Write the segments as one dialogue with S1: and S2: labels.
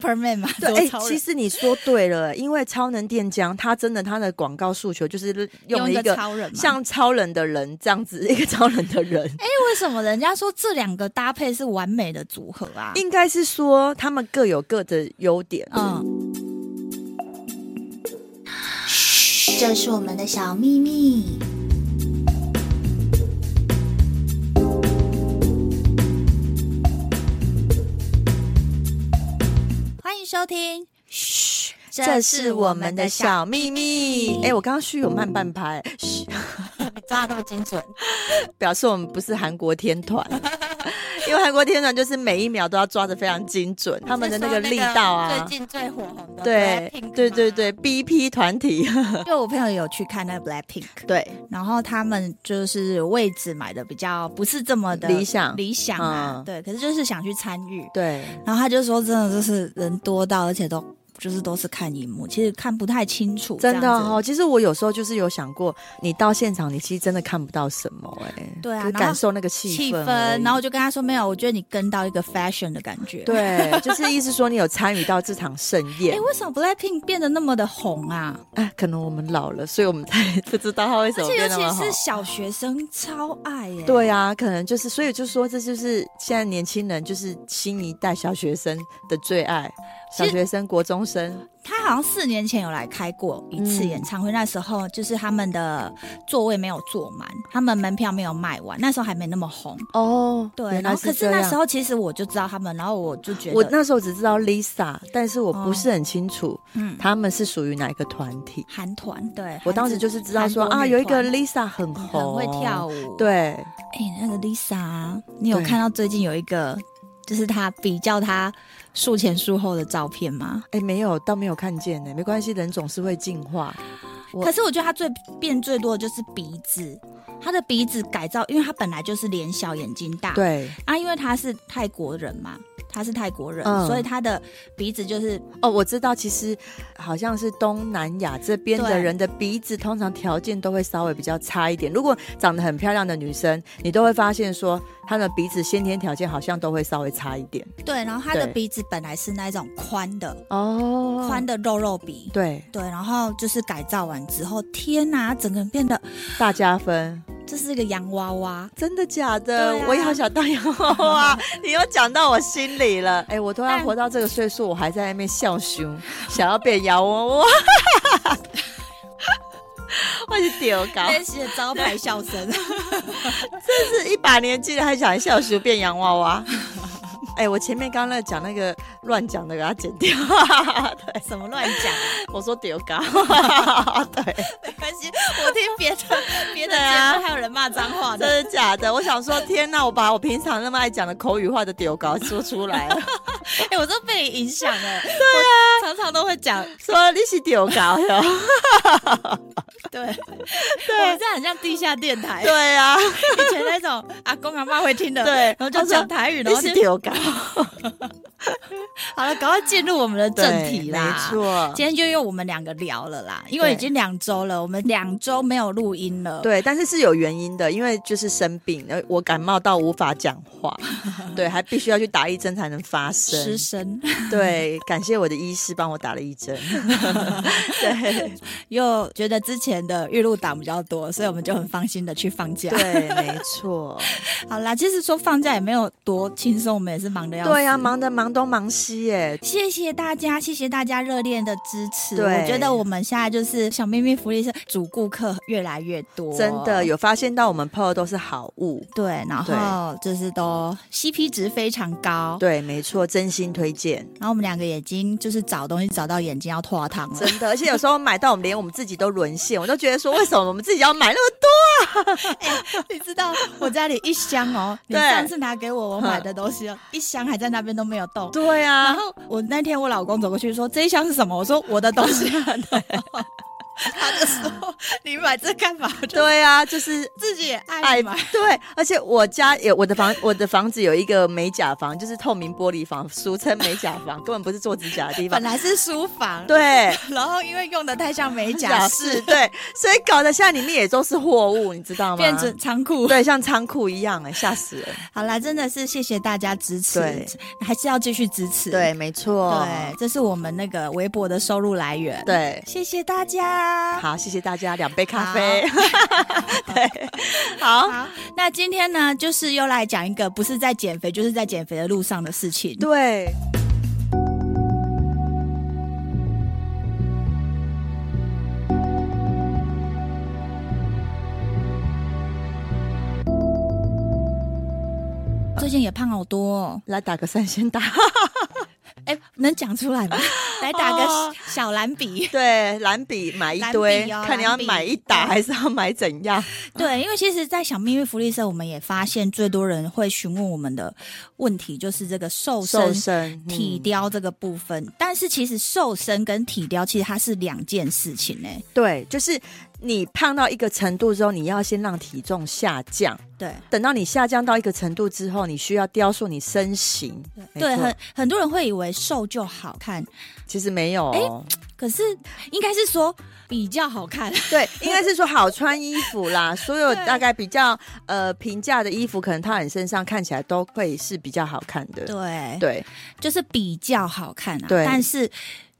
S1: Perman 嘛，
S2: 对，哎、其
S1: 实
S2: 实你说对了，因为超能电浆，它真的它的广告诉求就是用
S1: 用
S2: 了一
S1: 一
S2: 个
S1: 个超人嘛。
S2: 像超人的人这样子，一个超人 的人，
S1: 哎、为什么人家说这两个搭配是完美的组合啊？
S2: 应该是说他们各有各的优点。
S1: 嗯。这是我们的小秘密。欢迎收听，嘘，
S2: 这是我们的小秘密。哎、我刚刚虚有慢半拍，嘘，
S1: 抓到精准。
S2: 表示我们不是韩国天 团，因为韩国天团就是每一秒都要抓的非常精准，他们的那个力道啊，
S1: 最近最火红的
S2: 对
S1: Blackpink
S2: 对对
S1: 吗，
S2: 对，BP 团体，
S1: 因为我朋友有去看那个 Blackpink，
S2: 对，
S1: 然后他们就是位置买的比较不是这么的
S2: 理想
S1: 理想啊，
S2: 嗯
S1: 对，可是就是想去参与。
S2: 对，
S1: 然后他就说，真的就是人多到，而且都就是都是看荧幕，其实看不太清楚，
S2: 真
S1: 这
S2: 的
S1: 样子
S2: 哦。其实我有时候就是有想过，你到现场，你其实真的看不到什么、哎，
S1: 对啊
S2: 就是
S1: 然后
S2: 感受那个
S1: 气
S2: 气
S1: 氛
S2: 氛而已，。
S1: 然后我就跟他说，没有，我觉得你跟到一个 fashion 的感觉。，
S2: 对，就是意思说你有参与到这场盛
S1: 哎，
S2: 宴。
S1: 为什么 Blackpink 变得那么的红啊？
S2: 哎，可能我们老了，所以我们 才不知道他为什
S1: 而
S2: 么
S1: 且
S2: 变
S1: 尤
S2: 那么
S1: 其
S2: 好
S1: 是。小学生超爱耶、
S2: 对啊，可能就是，所以就说这就是现在年轻人，就是新一代小学生的最爱，
S1: 其
S2: 小
S1: 实
S2: 学生、国中生，
S1: 他好像四年前有来开过一次
S2: 嗯
S1: 演唱会，那时候就是他们的座位没有坐满，他们门票没有卖完，那时候还没那么红。
S2: 哦，
S1: 对，
S2: 原
S1: 然
S2: 来
S1: 后可是
S2: 这
S1: 那时
S2: 样。
S1: 候其实我就知道他们，然后我就觉得
S2: 我那时候只知道 Lisa，但是我不
S1: 哦
S2: 是很清楚
S1: 嗯，
S2: 他们是属于哪一个团体。
S1: 韩团对，
S2: 我当时
S1: 韩
S2: 就是知道说
S1: 韩国
S2: 啊，
S1: 女
S2: 有一个
S1: 团
S2: Lisa 很
S1: 很
S2: 红，
S1: 会跳舞。，
S2: 对，
S1: 哎、那个 Lisa，你啊有
S2: 对
S1: 看到最近有一个，就是她比较她术前术后的照片吗？
S2: 哎，没有，倒没有看见呢，没关系，人总是会进化。我
S1: 可是我觉得她最变最多的就是鼻子，她的鼻子改造，因为她本来就是脸小眼睛大，
S2: 对，
S1: 啊，因为她是泰国人嘛，她是泰国人，
S2: 嗯
S1: 所以她的鼻子就是
S2: 哦，我知道，其实好像是东南亚这边的
S1: 对
S2: 人的鼻子通常条件都会稍微比较差一点。如果长得很漂亮的女生，你都会发现说她的鼻子先天条件好像都会稍微差一点。
S1: 对，然后她的
S2: 对
S1: 鼻子本来是那一种宽的
S2: 哦
S1: 宽的肉肉鼻。
S2: 对
S1: 嗯对，然后就是改造完之后，天哪，整个人变得
S2: 大加分。
S1: 这是一个洋娃娃，
S2: 真的假的？
S1: 对啊
S2: 我也好想当洋娃娃，你又讲到我心里了。哎、我突然
S1: 但
S2: 活到这个岁数，我还在那边笑熊，想要变洋娃娃， 我是丢高，
S1: 那些招牌笑声。
S2: 真是一把年纪了还想笑熊变洋娃娃。 哎、我前面刚刚那讲那个乱讲的，给它剪 掉。对，
S1: 什么乱讲、啊
S2: 我说丢 高，对，
S1: 没关系，我听别 的别的
S2: 对啊
S1: 节目还有人骂脏话的。
S2: 真的假的？我想说，天哪，我把我平常那么爱讲的口语化的丢高说出 来了。
S1: 哎、我都被你影响了。对啊，常常都会讲。
S2: 说你是丢高哟。
S1: 对，对，我们这很像地下电台，
S2: 对 呀、啊，
S1: 以前那种阿公阿妈会听的。
S2: 对
S1: 然后就
S2: 他说
S1: 讲台语，然后就
S2: 丢高
S1: 好了，赶快进入我们的正题啦。
S2: 没。错。
S1: 今天就用我们两个聊了啦，因为
S2: 对
S1: 已经两周了，我们两周没有录音了。
S2: 对，但是是有原因的，因为就是生病，呃，我感冒到无法讲 话，对，还必须要去打一针才能发声
S1: 失。声
S2: 对，感谢我的医师帮我打了一针。对
S1: 又觉得之前的预录档比较多，所以我们就很放心的去放假。
S2: 对，没 错。
S1: 好啦，其实说放假也没有多轻松，我们也是忙的要死。
S2: 对呀、忙得忙东忙西耶。
S1: 谢谢大家，谢谢大家热烈的支持。
S2: 对
S1: 我觉得我们现在就是小秘密福利社主顾顾客越来越多，
S2: 真的有发现到我们朋友都是好物。
S1: 对，然后就是都 CP 值非常高，
S2: 对，没错，真心推荐，
S1: 然后我们两个眼睛就是找东西找到眼睛要脱汤了，
S2: 真的。而且有时候买到我们连我们自己都沦陷，我都觉得说为什么我们自己要买 那么多？
S1: 你知道我家里一箱哦，你
S2: 对嗯
S1: 上次拿给我我买的东西哦，一箱还在那边都没有动。
S2: 对
S1: 然
S2: 啊，
S1: 后我那天我老公走过去说：“这一箱是什么？”我说：“我的东西。”啊 他就说：“你买这干嘛？”我就
S2: 对啊，就是
S1: 自己也爱
S2: 爱
S1: 买。
S2: 对，而且我家也我的房我的房子有一个美甲房，就是透明玻璃房，俗称美甲房，根本不是做指甲的地方
S1: 本。来是书房，，
S2: 对，
S1: 然后因为用的太像美 甲室，
S2: 对，所以搞得现在里面也都是货物，你知道吗？
S1: 变成仓库。
S2: 对，像仓库一样、哎，吓死 人。
S1: 好啦，真的是谢谢大家支持
S2: 对，
S1: 还是要继续支持。
S2: 对，没错，
S1: 对，这是我们那个微博的收入来源。，
S2: 对。
S1: 谢谢大家。
S2: 好，谢谢大家，两杯咖啡。对，好，
S1: 好，那今天呢，就是又来讲一个不是在减肥，就是在减肥的路上的事情。
S2: 对，
S1: 最近也胖好多、哦，
S2: 来打个三先打。
S1: 哎，能讲出来吗？来打
S2: 哦
S1: 个小蓝 笔。
S2: 对，蓝笔买一
S1: 蓝
S2: 堆，
S1: 笔哦
S2: 看你要
S1: 蓝笔
S2: 买一打
S1: 对
S2: 还是要买怎样？
S1: 对，因为其实，在小秘密福利社，我们也发现最多人会询问我们的问题，就是这个 瘦身
S2: 瘦、身、
S1: 体
S2: 嗯
S1: 雕这个部分。但是，其实瘦身跟体雕其实它是两件事情呢、
S2: 对，就是你胖到一个程度之后，你要先让体重下降，
S1: 对。
S2: 等到你下降到一个程度之后，你需要雕塑你身形。没
S1: 对，
S2: 错
S1: 很很多人会以为瘦就好看，
S2: 其实没有、哦，
S1: 可是应该是说比较好看。
S2: 对，应该是说好穿衣 服啦。所有大概比较呃平价的衣服，可能套在你身上看起来都会是比较好看的。
S1: 对，
S2: 对
S1: 就是比较好看啊。
S2: 对
S1: 但是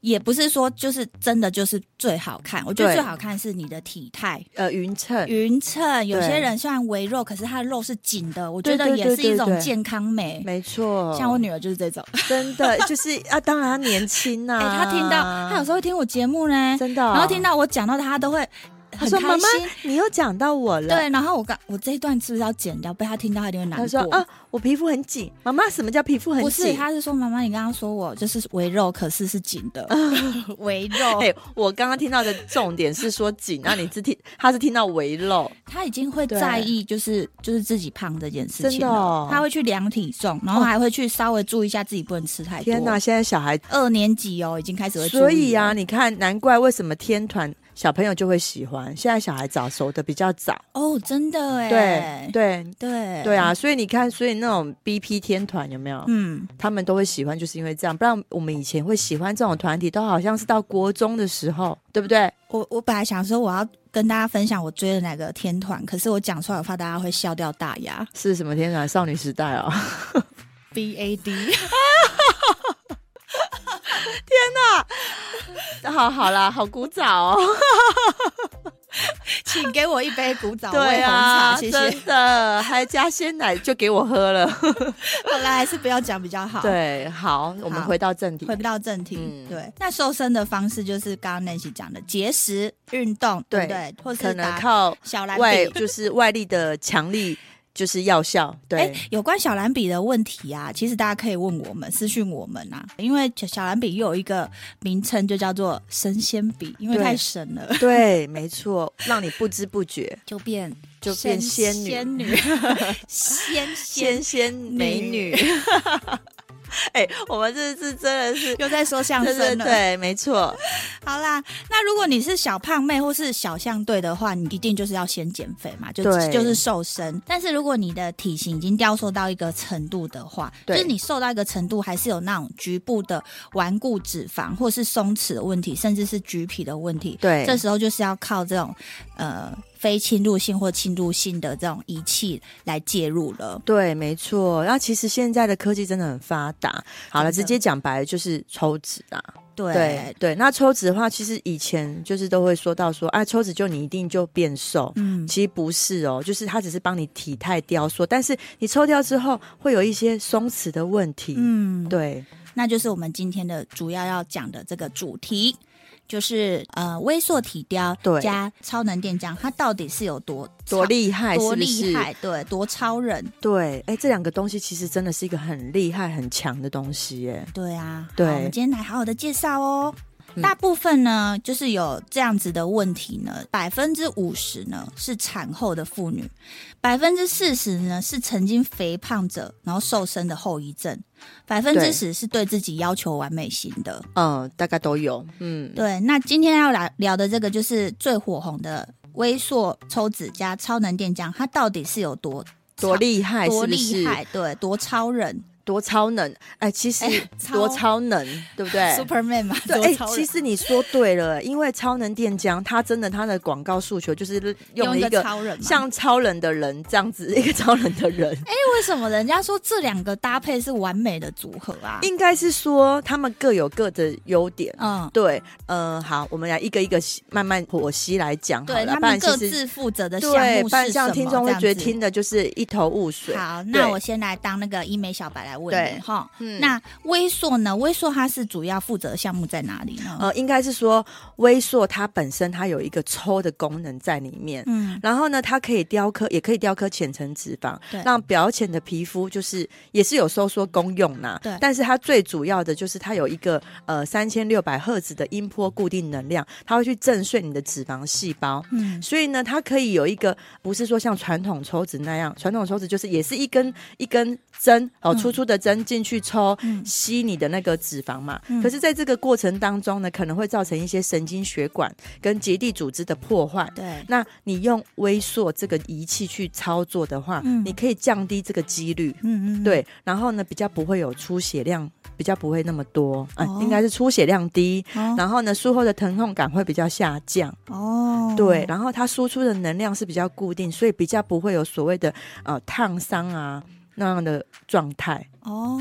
S1: 也不是说就是真的就是最好看。我觉得
S2: 对
S1: 最好看是你的体态。
S2: 呃，匀称，
S1: 匀称，有
S2: 对
S1: 些人虽然微肉，可是他的肉是紧的，我觉
S2: 对
S1: 得
S2: 对
S1: 也
S2: 对
S1: 是一
S2: 对
S1: 种
S2: 对
S1: 健康美。
S2: 没错。
S1: 像我女儿就是这种，
S2: 真的就是啊，当然她年轻呐、
S1: 哎、她听到，她有时候会听我节目呢，
S2: 啊 真的哦、
S1: 然后听到我讲到她都会
S2: 她
S1: 很
S2: 说：“妈
S1: 开
S2: 妈
S1: 心。，
S2: 你又讲到我了。”
S1: 对，然后我刚我这一段是不是要剪掉？被她听到，她一定会难
S2: 他
S1: 过。
S2: 说啊，我皮肤很紧，妈妈，什么叫皮肤很
S1: 不是，
S2: 紧？
S1: 她是说妈妈，你刚刚说我就是微肉，可是是紧的，
S2: 啊
S1: 微肉
S2: 哎、，我刚刚听到的重点是说紧，那你是听他是听到 围肉，
S1: 她已经会
S2: 对
S1: 在意，就是就是自己胖这件事
S2: 真
S1: 情
S2: 的、
S1: 了。
S2: 哦。
S1: 她会去量体重，然后
S2: 哦
S1: 还会去稍微注意一下自己不能吃太多。
S2: 天哪，现在小孩，
S1: 二年级哦，已经开始会注意
S2: 所以啊，
S1: 了，
S2: 你看，难怪为什么天团小朋友就会喜欢，现在小孩早熟的比较早，
S1: 哦，真的哎
S2: 对，对
S1: 对
S2: 对，啊，所以你看，所以那种 BP 天团有没有？
S1: 嗯，
S2: 他们都会喜欢，就是因为这样。不然我们以前会喜欢这种团体，都好像是到国中的时候，对不对？
S1: 我我本来想说我要跟大家分享我追的哪个天团，可是我讲出来，我怕大家会笑掉大牙。
S2: 是什么天团？少女时代哦。
S1: B A D，
S2: 好好啦，好古早哦。
S1: 请给我一杯古早味
S2: 对
S1: 红
S2: 啊，
S1: 茶，谢谢。
S2: 真的，还加鲜奶就给我喝了。
S1: 好啦，还是不要讲比较好。，
S2: 对，好，我们回到正题
S1: 回。到正题。
S2: 嗯
S1: 对，那瘦身的方式就是刚刚 Nancy 讲的节食、运动，对不对？或
S2: 可
S1: 是
S2: 能
S1: 打
S2: 靠
S1: 小蓝
S2: 外
S1: 笔。
S2: 就是外力的强力，就是药效。
S1: 哎
S2: 对，，
S1: 有关小蓝笔的问题啊，其实大家可以问我们，私讯我们啊，因为小小蓝笔又有一个名称，就叫做神仙笔，因为
S2: 对
S1: 太神了，
S2: 对，没错，让你不知 不觉
S1: 就变
S2: 就变仙
S1: 神
S2: 女，
S1: 仙女，仙 仙
S2: 仙仙美女。 哎，我们这次真 的是，
S1: 又在说相
S2: 对对
S1: 声了。
S2: 对，没错，
S1: 好啦，那如果你是小胖妹或是小象队的话，你一定就是要先减肥嘛，就
S2: 对
S1: 就是瘦身。但是如果你的体型已经雕塑到一个程度的话，就
S2: 对
S1: 是你瘦到一个程度，还是有那种局部的顽固脂肪或是松弛的问题，甚至是橘皮的问题，
S2: 对，
S1: 这时候就是要靠这种呃非侵入性或侵入性的这种仪器来介入了。
S2: 对，没错。那其实现在的科技真的很发达。好了，
S1: 真的
S2: 直接讲白了就是抽脂啊。
S1: 对
S2: 对对，那抽脂的话，其实以前就是都会说到说，哎、抽脂就你一定就变瘦。
S1: 嗯，
S2: 其实不是哦，就是它只是帮你体态雕塑，但是你抽掉之后会有一些松弛的问题。
S1: 嗯，
S2: 对
S1: 那就是我们今天的主要要讲的这个主题。就是呃微缩体雕
S2: 对
S1: 加超能电浆，它到底是有多
S2: 多
S1: 超
S2: 厉害，
S1: 多
S2: 是不
S1: 厉
S2: 是？
S1: 害？对，多超人？
S2: 对，哎，这两个东西其实真的是一个很厉害、很强的东西，哎，
S1: 对啊，
S2: 对
S1: 好我们今天来好好的介绍哦。
S2: 嗯
S1: 大部分呢，就是有这样子的问题呢，百分之五十呢是产后的妇女，百分之四十呢是曾经肥胖者然后瘦身的后遗症，百分之十是对自己要求完美型的。
S2: 嗯，大概都有，嗯，
S1: 对，那今天要来聊的这个就是最火红的微缩抽脂加超能电浆，它到底是有多
S2: 多厉害，
S1: 多
S2: 是不
S1: 厉
S2: 是？
S1: 害？对，多超人
S2: 多超能，哎，其实
S1: 哎
S2: 多
S1: 超
S2: 超能，对 不对？
S1: ，Superman 嘛，
S2: 对，
S1: 多
S2: 哎、
S1: 超人
S2: 其实你说对了，因为超能电浆，它真的它的广告诉求就是用了
S1: 一
S2: 一
S1: 个
S2: 个
S1: 超人嘛，
S2: 像超人的人这样子，一 个超人的人，
S1: 哎、为什么人家说这两个搭配是完美的组合啊？
S2: 应该是说他们各有各的优点。
S1: 嗯，
S2: 对，呃，好，我们来一个一个细慢慢剖析来讲好
S1: 对
S2: 了，
S1: 他
S2: 不然
S1: 们
S2: 其
S1: 各
S2: 实
S1: 自负责的项
S2: 对，
S1: 目
S2: 不然
S1: 是
S2: 这样
S1: 什
S2: 听
S1: 么
S2: 众会
S1: 这样
S2: 觉得
S1: 子
S2: 听的就是一头雾水。
S1: 好，
S2: 对
S1: 那我先来当那个医美小白来问
S2: 对
S1: 你哈。
S2: 嗯
S1: 那微硕呢？微硕它是主要负责的项目在哪里呢？
S2: 呃，应该是说微塑它本身它有一个抽的功能在里面，
S1: 嗯，
S2: 然后呢，它可以雕刻，也可以雕刻浅层脂肪
S1: 对，
S2: 让表浅的皮肤就是也是有收缩功用啦。
S1: 对
S2: 但是它最主要的就是它有一个呃三千六百赫兹的音波固定能量，它会去震碎你的脂肪细胞。
S1: 嗯，
S2: 所以呢，它可以有一个不是说像传统抽脂那样，传统抽脂就是也是一根一根针哦，
S1: 嗯
S2: 粗粗的针进去抽，
S1: 嗯
S2: 吸你的那个脂肪嘛。
S1: 嗯
S2: 可是，在这个过程当中呢，可能会造成一些神经血管跟结缔组织的破坏。
S1: 对，
S2: 那你用微缩这个仪器去操作的话，
S1: 嗯
S2: 你可以降低这个几率。
S1: 嗯嗯，
S2: 对，然后呢，比较不会有出血量，比较不会那么多，嗯、
S1: 哦
S2: 应该是出血量低，
S1: 哦
S2: 然后呢，术后的疼痛感会比较下降，
S1: 哦，
S2: 对，，然后它输出的能量是比较固定，所以比较不会有所谓的呃烫伤啊那样的状态，
S1: 哦，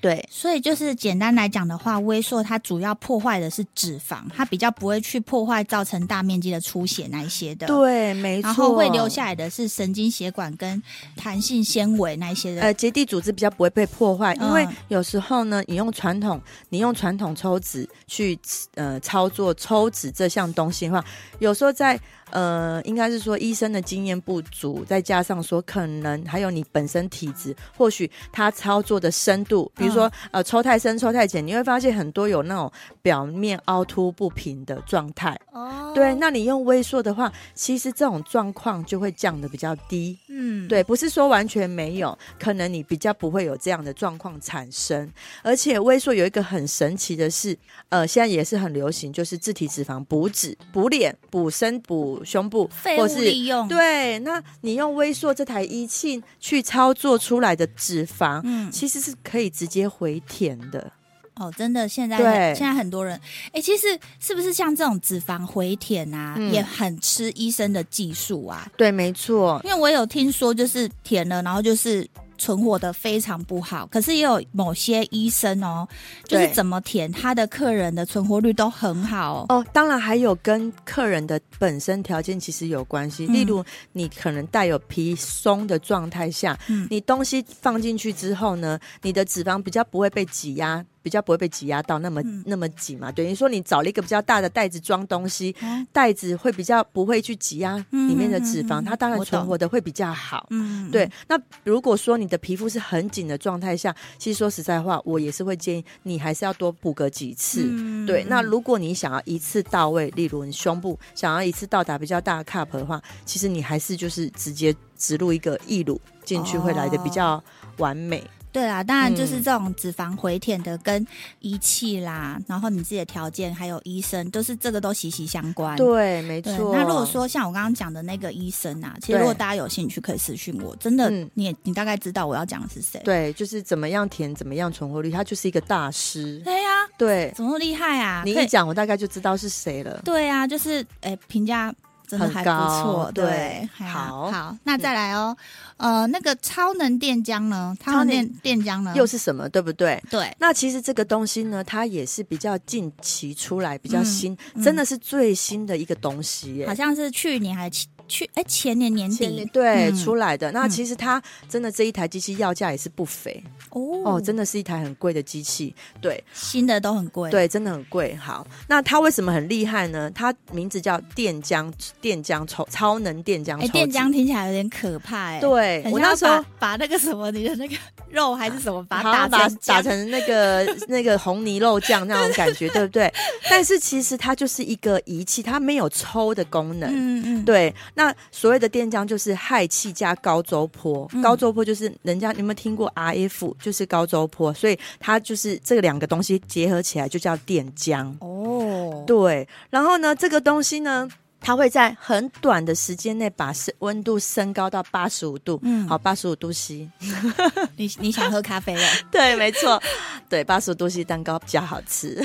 S2: 对，
S1: 所以就是简单来讲的话，微硕它主要破坏的是脂肪，它比较不会去破坏造成大面积的出血那一些的。
S2: 对，没错，
S1: 然后会留下来的是神经血管跟弹性纤维那一些的。
S2: 呃，结缔组织比较不会被破坏，因为
S1: 嗯
S2: 有时候呢，你用传统，你用传统抽脂去呃操作抽脂这项东西的话，有时候在呃，应该是说医生的经验不足，再加上说可能还有你本身体质，或许他操作的深度，比如说、
S1: 嗯
S2: 呃抽太深、抽太浅，你会发现很多有那种表面凹凸不平的状态。
S1: 哦
S2: 对，，那你用微缩的话，其实这种状况就会降的比较低。
S1: 嗯，
S2: 对，不是说完全没有，可能你比较不会有这样的状况产生。而且微缩有一个很神奇的是，呃，现在也是很流行，就是自体脂肪补脂、补脸、补身、补胸部，
S1: 废
S2: 或
S1: 物
S2: 是
S1: 利用，，
S2: 对，那你用微缩这台仪器去操作出来的脂肪，
S1: 嗯，
S2: 其实是可以直接回填的。
S1: 哦，真的，现在
S2: 对
S1: 很现在很多人，哎，其实是不是像这种脂肪回填啊，
S2: 嗯
S1: 也很吃医生的技术啊？
S2: 对，没错。
S1: 因为我有听说，就是填了，然后就是。存活的非常不好，可是也有某些医生哦，就是
S2: 对
S1: 怎么填，他的客人的存活率都很好、哦。
S2: 哦，当然还有跟客人的本身条件其实有关系，例
S1: 嗯
S2: 如你可能带有皮松的状态下，
S1: 嗯，
S2: 你东西放进去之后呢，你的脂肪比较不会被挤压，比较不会被挤压到那么、
S1: 嗯
S2: 那么紧嘛。等于说你找了一个比较大的袋子装东西，
S1: 哦
S2: 袋子会比较不会去挤压
S1: 嗯
S2: 里面的脂
S1: 嗯
S2: 肪，
S1: 嗯嗯
S2: 它当然
S1: 我
S2: 存
S1: 懂
S2: 活的会比较好。
S1: 嗯，
S2: 对，那如果说你的皮肤是很紧的状态下，其实说实在话，我也是会建议你还是要多补个几次。
S1: 嗯
S2: 对，那
S1: 嗯
S2: 如果你想要一次到位，例如你胸部想要一次到达比较大的 cup 的话，其实你还是就是直接植入一个义乳进去，会来的比
S1: 哦
S2: 较完美。
S1: 对啦，当然就是
S2: 嗯
S1: 这种脂肪回填的跟仪器啦，然后你自己的条件还有医生，都是这个都息息相关。
S2: 对，没
S1: 对。
S2: 错。
S1: 那如果说像我刚刚讲的那个医生啊，其实
S2: 对
S1: 如果大家有兴趣，可以私讯我。真的，
S2: 嗯
S1: 你也你大概知道我要讲的是谁。
S2: 对，就是怎么样填，怎么样存活率，他就是一个大师。
S1: 对呀、
S2: 对
S1: 怎么那么厉害啊？
S2: 你
S1: 可
S2: 一
S1: 以
S2: 讲，我大概就知道是谁了。
S1: 对呀、就是诶，评价真的
S2: 很
S1: 还不
S2: 高
S1: 错。
S2: 对
S1: 哎呀
S2: 好
S1: 好，那再来哦。呃，那个超能电浆呢？超能电电浆呢？
S2: 又是什么，对不对？
S1: 对，
S2: 那其实这个东西呢，它也是比较近期出来，比较
S1: 嗯
S2: 新，
S1: 嗯
S2: 真的是最新的一个东西耶
S1: 好。像是去年还前去哎前年年
S2: 前年
S1: 底
S2: 对、
S1: 嗯
S2: 出来的。那
S1: 嗯
S2: 其实它真的这一台机器要价也是不菲、
S1: 哦
S2: 哦，真的是一台很贵的机器。对
S1: 新的都很贵，，
S2: 对，真的很贵。好，那它为什么很厉害呢？它名字叫电浆电浆抽超能电浆抽
S1: 哎
S2: 纸。
S1: 电浆听起来有点可怕哎，，
S2: 对我那时候
S1: 把 那个什么你的那个肉还是什么把
S2: 好
S1: 它
S2: 像
S1: 打
S2: 把
S1: 成
S2: 打
S1: 浆
S2: 成那个那个红泥肉酱那种感觉，对 不对？但是其实它就是一个仪器，它没有抽的功能。
S1: 嗯嗯，
S2: 对，那所谓的电浆就是氦气加高周波，
S1: 嗯
S2: 高周波就是人家你有没有听过 RF，就是高周波，所以它就是这两个东西结合起来就叫电浆。
S1: 哦，
S2: 对，然后呢，这个东西呢，它会在很短的时间内把升温度升高到八十五度，
S1: 嗯
S2: 好，八十五度 C，
S1: 你你想喝咖啡了？
S2: 对，没错， 对，八十五度 C 蛋糕比较好吃，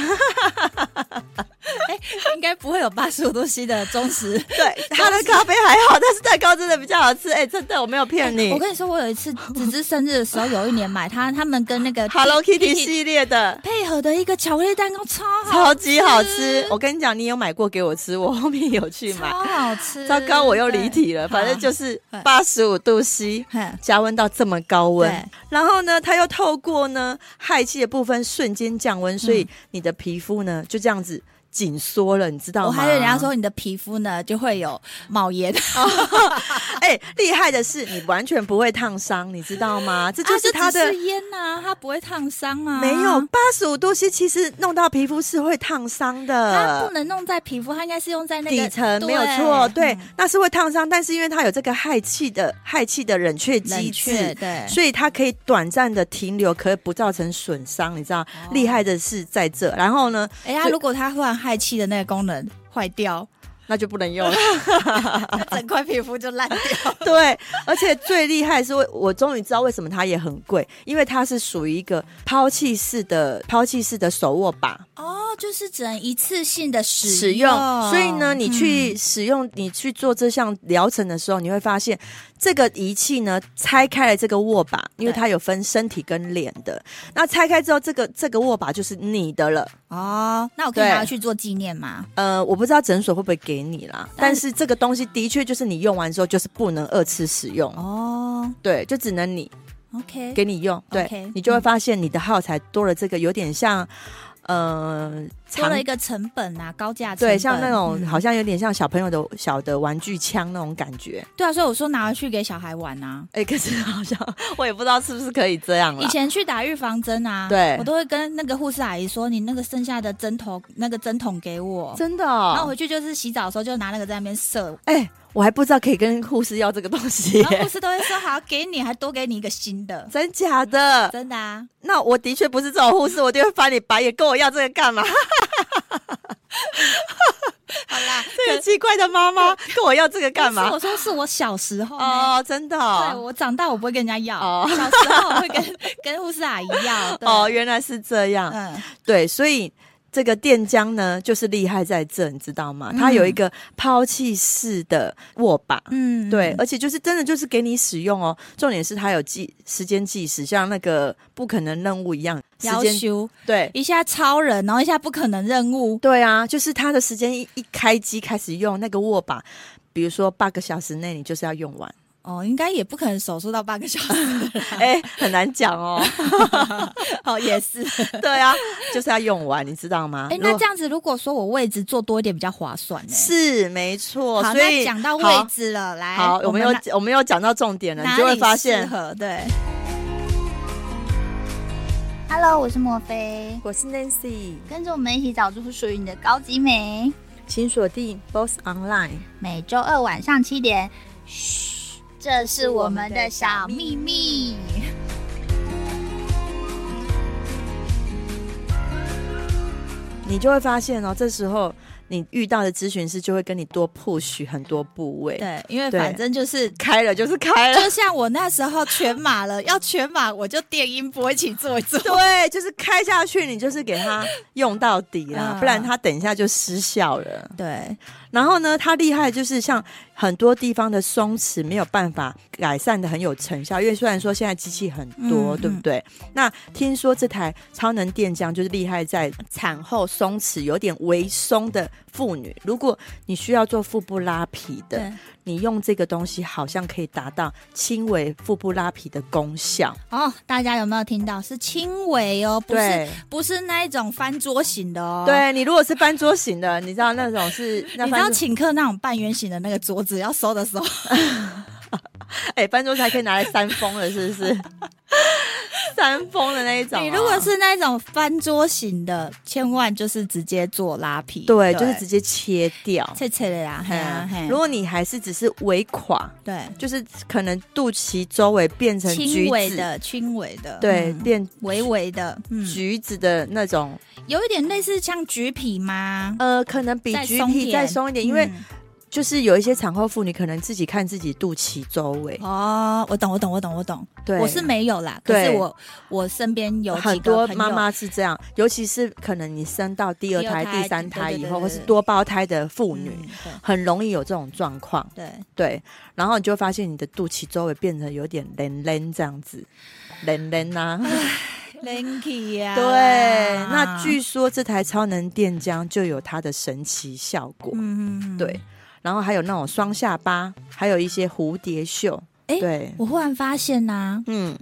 S1: 应该不会有八十五度 C 的忠实。
S2: 对， 它的咖啡还好，但是蛋糕真的比较好吃，哎、真哎的，我没有骗你。
S1: 我跟你说，我有一次子之生日的时候，有一年买它，他们跟那个
S2: Hello Kitty 系列的
S1: 配合的一个巧克力蛋糕超好，
S2: 超级好吃。我跟你讲，你有买过给我吃，我后面有去买。
S1: 超好吃。
S2: 糟糕，我又离题了，
S1: 对
S2: 反正就是
S1: 好
S2: 八十五度 C
S1: 对哼
S2: 加温到这么高温
S1: 对，
S2: 然后呢，它又透过呢氦气的部分瞬间降温，所以
S1: 嗯
S2: 你的皮肤呢就这样子紧缩了，你知道吗？
S1: 我还有人家说你的皮肤呢就会有冒烟，
S2: 哎、厉害的是你完全不会烫伤，你知道吗？ 这就是它的、
S1: 啊只是烟呐，它不会烫伤啊，
S2: 没有。八十五度 C，其实弄到皮肤是会烫伤
S1: 它不
S2: 的。
S1: 能弄在皮肤，它应该是用在那个
S2: 底层
S1: 对
S2: 没有错，对
S1: 嗯，
S2: 那是会烫伤，但是因为它有这个氦气的氦气的冷却机
S1: 冷却
S2: 制，
S1: 对，
S2: 所以它可以短暂的停留，可不造成损伤，你知道？
S1: 哦
S2: 厉害的是在这，然后呢，
S1: 哎呀，
S2: 所以
S1: 如果它突然氦气的那个功能坏 掉，
S2: 那就不能用了。
S1: 它整块皮肤就烂掉。
S2: 对，而且最厉害是为，我终于知道为什么它也很贵，因为它是属于一个抛弃式的抛弃式的手握把
S1: 哦，就是只能一次性的使嗯
S2: 使用，所以呢，你去使用你去做这项疗程的时候，你会发现这个仪器呢拆开了这个握把，因为
S1: 对
S2: 它有分身体跟脸的，那拆开之后，这个这个握把就是你的了。
S1: 哦，那我可以
S2: 对
S1: 拿去做纪念吗？
S2: 呃，我不知道诊所会不会给你啦，
S1: 但
S2: 但是这个东西的确就是你用完之后就是不能二次使用，
S1: 哦
S2: 对，就只能你
S1: ，OK，
S2: 给你用，对
S1: OK，
S2: 你就会发现你的耗材多了这个有点像，呃，
S1: 多
S2: 长
S1: 了一个成本啊，高价成本嗯
S2: 对，像那种、好
S1: 像
S2: 像有点像小朋友的小的玩具枪那种感觉。
S1: 对啊，所以我说拿回去给小孩玩啊。
S2: 哎、可是好像我也不知道是不是可以这样
S1: 以
S2: 了。
S1: 前去打预防针啊，
S2: 嗯对
S1: 我都会跟那个护士阿姨说，你那个剩下的针头那个针筒给我，
S2: 真的、
S1: 然后
S2: 哦，
S1: 回去就是洗澡的时候就拿那个在那边 射，
S2: 哎、我还不知道可以跟护士要这个东西
S1: 然后护
S2: 耶，
S1: 士都会说好给你，还多给你一个新 的，
S2: 真假的？
S1: 真的啊。
S2: 那我的确不是这种护士，我就会翻你白眼，跟我要这个 干嘛？
S1: 好啦，
S2: 这个奇怪的妈妈跟我要这个干
S1: 不是
S2: 嘛
S1: 我？说是我小时候呢
S2: 哦，真的
S1: 对
S2: 哦，
S1: 我长大我不会跟人家要，
S2: 哦
S1: 小时候我会跟 跟护士阿姨要。对
S2: 哦，，原来是这样。
S1: 嗯，
S2: 对，所以这个电浆呢，就是厉害在这，你知道吗？它有一个抛弃式的握把。
S1: 嗯
S2: 对，，而且就是真的就是给你使用哦。重点是它有计时间计时，像那个不可能任务一样，时
S1: 要
S2: 间
S1: 求
S2: 对
S1: 一下超人，然后一下不可能任务，
S2: 对啊，就是它的时间一一开机开始用那个握把，比如说八个小时内你就是要用 完，
S1: 哦，应该也不可能手术到八个小 时，
S2: 哎、很难讲 哦。
S1: 哦，也 是。
S2: 对啊，就是要用完，你知道吗？
S1: 哎、
S2: 如
S1: 那
S2: 果
S1: 这样子，如果说我位置坐多一点比较划算呢、
S2: 是没错，
S1: 好，
S2: 所以
S1: 那讲到位
S2: 好
S1: 置了，来，
S2: 好，我们
S1: 拿
S2: 又我们又讲到重点了，你就会发现，
S1: 合对。Hello，我是莫菲，
S2: 我是 Nancy，
S1: 跟着我们一起找出属于你的高级美。
S2: 请锁定 Boss Online。
S1: 每周二晚上七点。嘘，这是我们的小秘密。
S2: 你就会发现哦，这时候你遇到的咨询师就会跟你多 push 很多部位，，
S1: 对，因为
S2: 对
S1: 反正就是。
S2: 开了就是开了，
S1: 就像我那时候全马了，要全马我就电音波一起做一 做。
S2: 对，就是开下去，你就是给他用到底啦，
S1: 嗯
S2: 不然他等一下就失效了。
S1: 对，
S2: 然后呢，它厉害的就是像很多地方的松弛没有办法改善的很有成效，因为虽然说现在机器很多，
S1: 嗯
S2: 对不对？那听说这台超能电浆就是厉害在产后松弛有点微松的妇女，如果你需要做腹部拉皮的，
S1: 对，
S2: 你用这个东西好像可以达到轻微腹部拉皮的功效，
S1: 哦，大家有没有听到？是轻微哦，不是
S2: 对。
S1: 不是那一种翻桌型的哦。。
S2: 对你如果是翻桌型的，你知道那 种是那
S1: 你知
S2: 翻
S1: 道
S2: 桌
S1: 请客那种半圆形的那个桌子要收的 时候，
S2: 哎、翻桌才可以拿来扇风了，是 不是？扇风的那一种啊、
S1: 你如果是那种翻桌型的，千万就是直接做拉皮，
S2: 对，就是直接切掉。
S1: 切切的啦，嘿啊
S2: 嗯
S1: 嘿，
S2: 如果你还是只是微垮，
S1: 对
S2: 就是可能肚脐周围变成橘
S1: 轻微
S2: 子，
S1: 的、轻微的，
S2: 对，
S1: 嗯
S2: 变
S1: 微微的，嗯，
S2: 橘子的那种，
S1: 有一点类似像橘皮吗？
S2: 呃，可能比
S1: 嗯再
S2: 橘
S1: 松
S2: 皮
S1: 点
S2: 再松一点，因为
S1: 嗯
S2: 就是有一些产后妇女可能自己看自己肚脐周围，
S1: 哦，我懂，我懂，我懂，我懂。
S2: 对，
S1: 我是没有啦，可是
S2: 对
S1: 我我身边有
S2: 很
S1: 几个
S2: 多
S1: 朋友
S2: 妈妈是这样，尤其是可能你生到第二
S1: 第二
S2: 胎、
S1: 胎
S2: 第三胎
S1: 对对
S2: 以
S1: 对
S2: 后，
S1: 对
S2: 或是
S1: 对
S2: 多胞胎的妇
S1: 嗯
S2: 女，
S1: 对
S2: 很容易有这种状况。
S1: 对，
S2: 对，然后你就会发现你的肚脐周围变成有点冷冷这样子，冷冷啊。
S1: Lanky 呀、
S2: 对，那据说这台超能电浆就有它的神奇效果。
S1: 嗯，嗯
S2: 对，，然后还有那种双下巴，还有一些蝴蝶袖。
S1: 诶
S2: 对，
S1: 我忽然发现呐、
S2: 嗯。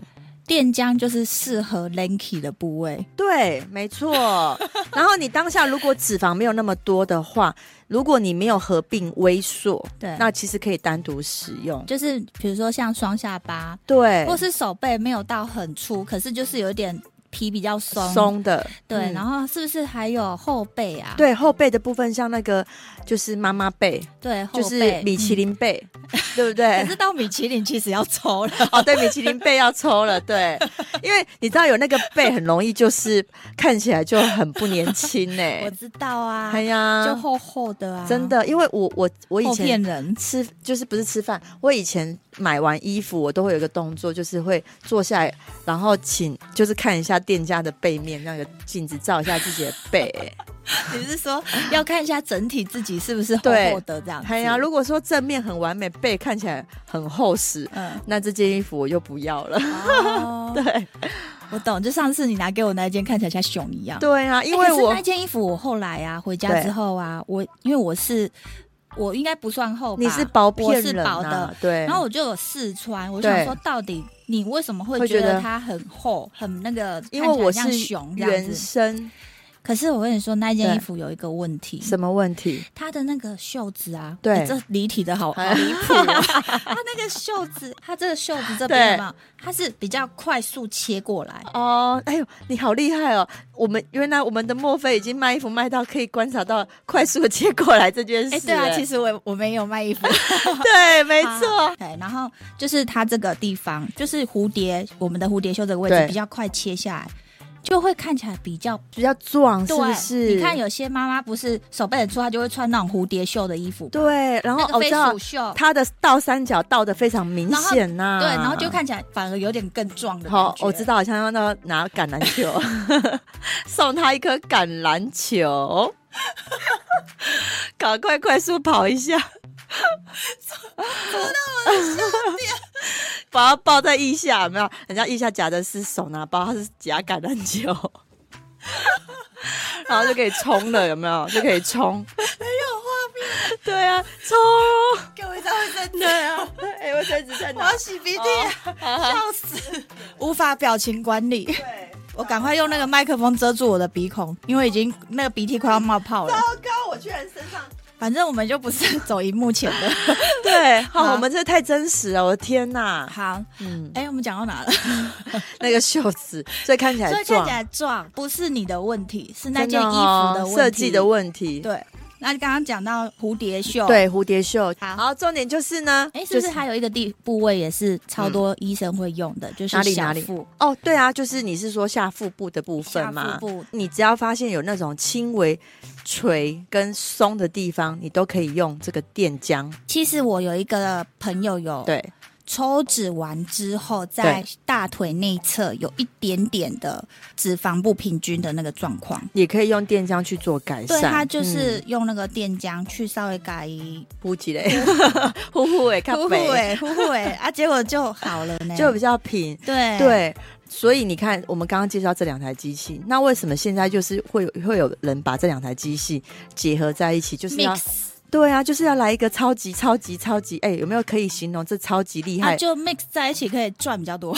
S1: 电浆就是适合 Lanky 的部位，
S2: 对，没错。 然后你当下如果脂肪没有那么多的话，如果你没有合并微缩，
S1: 对，
S2: 那其实可以单独使用。
S1: 就是比如说像双下巴，
S2: 对，
S1: 或是手背没有到很粗，可是就是有点皮比较松，
S2: 松的，
S1: 对，
S2: 嗯
S1: 然后是不是还有后背啊？
S2: 对后背的部分，像那个就是妈妈背，
S1: 对，后
S2: 就
S1: 背
S2: 是米其、林背，对不
S1: 嗯
S2: 对
S1: 可？是到米其林其实要抽了，
S2: 哦，对，米其林背要抽了， 对，因为你知道有那个背，很容易就是看起来就很不年轻呢、欸
S1: 我知道啊
S2: 哎，
S1: 就
S2: 呀，
S1: 厚厚的啊，
S2: 真的，因为我我我以
S1: 厚
S2: 前
S1: 骗人，
S2: 吃就是不是吃饭，我以前买完衣服，我都会有一个动作，就是会坐下来，然后请就是看一下店家的背面那个镜子，照一下自己的 背。
S1: 你是说要看一下整体自己是不是厚
S2: 对
S1: 厚的这样子？
S2: 哎呀，如果说正面很完美，背看起来很厚实，
S1: 嗯，
S2: 那这件衣服我就不要 了。
S1: 哦
S2: 对
S1: 我懂，就上次你拿给我那一件看起来像熊一样，
S2: 对啊，
S1: 欸
S2: 因为
S1: 可是
S2: 我、
S1: 那件衣服我后来啊，回家
S2: 对
S1: 之后啊，我因为我是我应该不算厚吧，
S2: 你是薄
S1: 我
S2: 片
S1: 是
S2: 人、啊、
S1: 薄的，，
S2: 对。
S1: 然后我就有试穿，我
S2: 对
S1: 想说到底你为什么会
S2: 会
S1: 觉
S2: 觉
S1: 得
S2: 得
S1: 它很厚，很那个，
S2: 因为我
S1: 看起来
S2: 是
S1: 像熊这样
S2: 原
S1: 子。
S2: 生，
S1: 可是我跟你说，那件
S2: 对
S1: 衣服有一个问题，
S2: 什么问题？
S1: 它的那个袖子啊，
S2: 对哎
S1: 欸这离体的好好离谱 啊！它那个袖子， 它这个袖子这边
S2: 对
S1: 有没有？它是比较快速切过来，
S2: 哦，哎呦，你好厉害哦！我们原来我们的墨菲已经卖衣服卖到可以观察到快速的接过来这件事
S1: 哎、
S2: 了。
S1: 对啊，其实
S2: 实
S1: 啊我我没有卖衣服，
S2: 对， 没错，
S1: 对，然后就是它这个地方，就是蝴蝶，我们的蝴蝶袖这个位置
S2: 对
S1: 比较快切下来，就会看起来比较
S2: 比较壮，是
S1: 对。啊
S2: 不是？
S1: 你看，有些妈妈不是手背很粗，她就会穿那种蝴蝶袖的衣服，
S2: 对，然后
S1: 那
S2: 哦
S1: 个
S2: 我
S1: 飞
S2: 知道
S1: 鼠袖，
S2: 它的倒三角倒的非常明显呐、
S1: 对，然后就。看起来反而有点更壮的
S2: 好
S1: 感，觉
S2: 我 知道，想要那拿橄榄球， 送他一颗橄榄球， 赶快快速跑一下，把它抱在腋下，有没有？人家腋下夹的是手拿包，他是夹橄榄球， 然后就可以冲了，有没有？就可以冲，很有画面。对啊，冲！
S1: 给我一张卫生纸，
S2: 对啊，哎、 我手指在
S1: 我
S2: 哪
S1: 要？洗鼻涕，
S2: 啊 好好
S1: 笑死，无法表情管理。
S2: 对，
S1: 我赶快用那个麦克风遮住我的鼻孔，因为已经那个鼻涕快要冒泡了。
S2: 糕，我居然身上。
S1: 反正我们就不是走荧幕前的。
S2: 对， 好，
S1: 好
S2: 我们这太真实了，我的 天呐！
S1: 好，
S2: 嗯，
S1: 哎、我们讲到哪了？
S2: 那个袖子， 所以看起来
S1: 所以看
S2: 壮
S1: 起，来壮不是你的问题，是那
S2: 真
S1: 件衣
S2: 哦
S1: 服的问题
S2: 设计的问题，
S1: 对，那刚刚讲到蝴蝶袖，，
S2: 对，蝴蝶袖。
S1: 好
S2: 好，重点就是呢，
S1: 哎、是不
S2: 就
S1: 是还有一个地部位也是超多医生会用的，就是
S2: 嗯哪里
S1: 小
S2: 哪里
S1: 腹
S2: 哦，对啊，就是你是说下腹部的部分
S1: 下
S2: 嘛
S1: 腹？部。
S2: 你只要发现有那种轻微垂跟松的地方，你都可以用这个电浆。
S1: 其实我有一个朋友有
S2: 对，
S1: 抽脂完之后，在大腿内侧有一点点的脂肪不平均的那个状况。
S2: 也可以用电浆去做改善。嗯
S1: 对，它就是用那个电浆去稍微改
S2: 呼吸嘞，呼呼哎，
S1: 呼呼哎，呼呼哎啊，结果就好了呢。
S2: 就比较平。
S1: 对
S2: 对，所以你看，我们刚刚介绍这两台机器，那为什么现在就是会有会有人把这两台机器结合在一起，就是要
S1: mix，
S2: 对啊，就是要来一个超级超级超级，哎、有没有可以形容这超级厉
S1: 它
S2: 害？
S1: 啊就 mix 在一起可以赚比较多。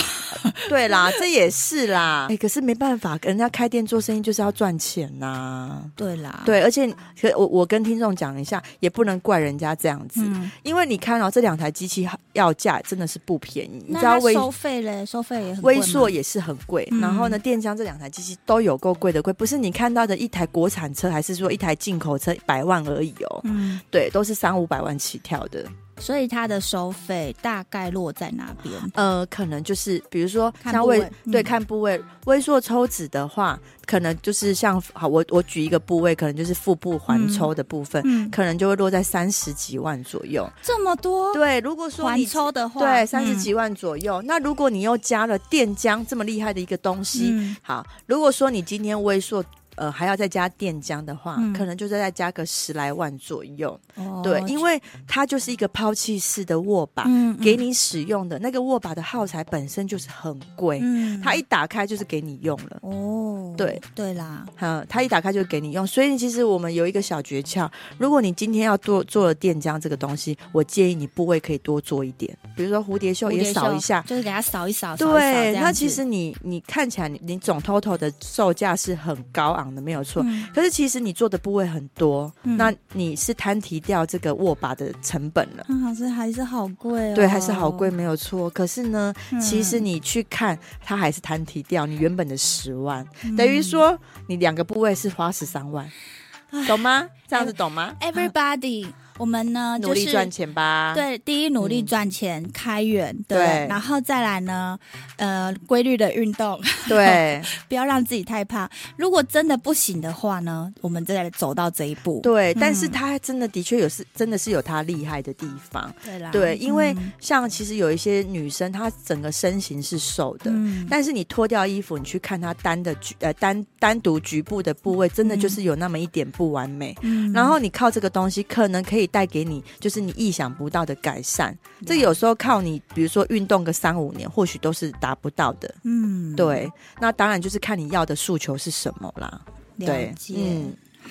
S2: 对 啦，这也是啦，哎、可是没办法，人家开店做生意就是要赚钱呐、
S1: 对啦，，
S2: 对，而且可我我跟听众讲一下，也不能怪人家这样子，
S1: 嗯，
S2: 因为你看哦，这两台机器要价真的是不便宜，你
S1: 那
S2: 知道
S1: 它
S2: 微
S1: 收费嘞，收费也很贵
S2: 微
S1: 吗
S2: 硕也是很贵，
S1: 嗯
S2: 然后呢，电浆这两台机器都有够贵的贵，不是你看到的一台国产车，还是说一台进口车百万而已哦，
S1: 嗯，
S2: 对，都是三五百万起跳的，
S1: 所以它的收费大概落在哪边？
S2: 呃，可能就是比如说
S1: 看
S2: 像
S1: 部
S2: 微
S1: 位嗯
S2: 对看部位，微缩抽脂的话，可能就是像好，我我举一个部位，可能就是腹部环抽的部分，
S1: 嗯，
S2: 可能就会落在三十几万左右。
S1: 这么多
S2: 对，如果说
S1: 环
S2: 你
S1: 抽的话，
S2: 对三十
S1: 嗯
S2: 几万左右，那如果你又加了电浆这么厉害的一个东西，
S1: 嗯
S2: 好，如果说你今天微缩。呃，还要再加电浆的话，
S1: 嗯
S2: 可能就再再加个十来万左右。
S1: 哦
S2: 对，因为它就是一个抛弃式的握把，
S1: 嗯
S2: 给，你使用的那个握把的耗材本身就是很贵，
S1: 嗯嗯
S2: 它一打开就是给你用了。
S1: 哦，
S2: 对
S1: 对啦，
S2: 呃，它一打开就给你用，所以其实我们有一个小诀窍，如果你今天要做做了电浆这个东西，我建议你部位可以多做一点，比如说蝴蝶袖
S1: 蝴
S2: 也
S1: 蝶
S2: 扫
S1: 袖
S2: 一下。
S1: 就是给它扫一扫，扫一扫这
S2: 对，
S1: 样
S2: 那其
S1: 子嗯
S2: 实你你看起来你你总 total 的售价是很高昂的，没有错。
S1: 嗯
S2: 可是其实你做的部位很多，
S1: 嗯
S2: 那你是摊提掉这个握把的成本了。
S1: 啊，这还是好贵哦，嗯
S2: 对，还是好贵，。没有错。可是呢，其实你去看，它还是摊提掉你原本的十万，
S1: 嗯
S2: 等于说你两个部位是花十三万，懂吗？这样子懂吗？
S1: ，everybody，我们呢嗯
S2: 努
S1: 就
S2: 力
S1: 是
S2: 赚钱吧。，
S1: 对，第一努力赚钱、开源，对不对，
S2: 对
S1: 然后再来呢，呃，规律的运动，
S2: 对
S1: 不要让自己太胖。如果真的不行的话呢，我们再来走到这一步。
S2: 对，但是
S1: 嗯
S2: 它真的的确有是真的是有它厉害的地方。
S1: 对啦，
S2: 对，因为
S1: 嗯
S2: 像其实有一些女生，她整个身形是瘦的。
S1: 嗯
S2: 但是你脱掉衣服，你去看她单的局呃单单独局部的部位，真的就是有那么一点不完美。
S1: 嗯
S2: 然后你靠这个东西，可能可以带给你就是你意想不到的改善。这有时候靠你，比如说运动个三五年，或许都是达不到的。
S1: 嗯，
S2: 对，那当然就是看你要的诉求是什么啦。
S1: 了
S2: 对，嗯
S1: 解。，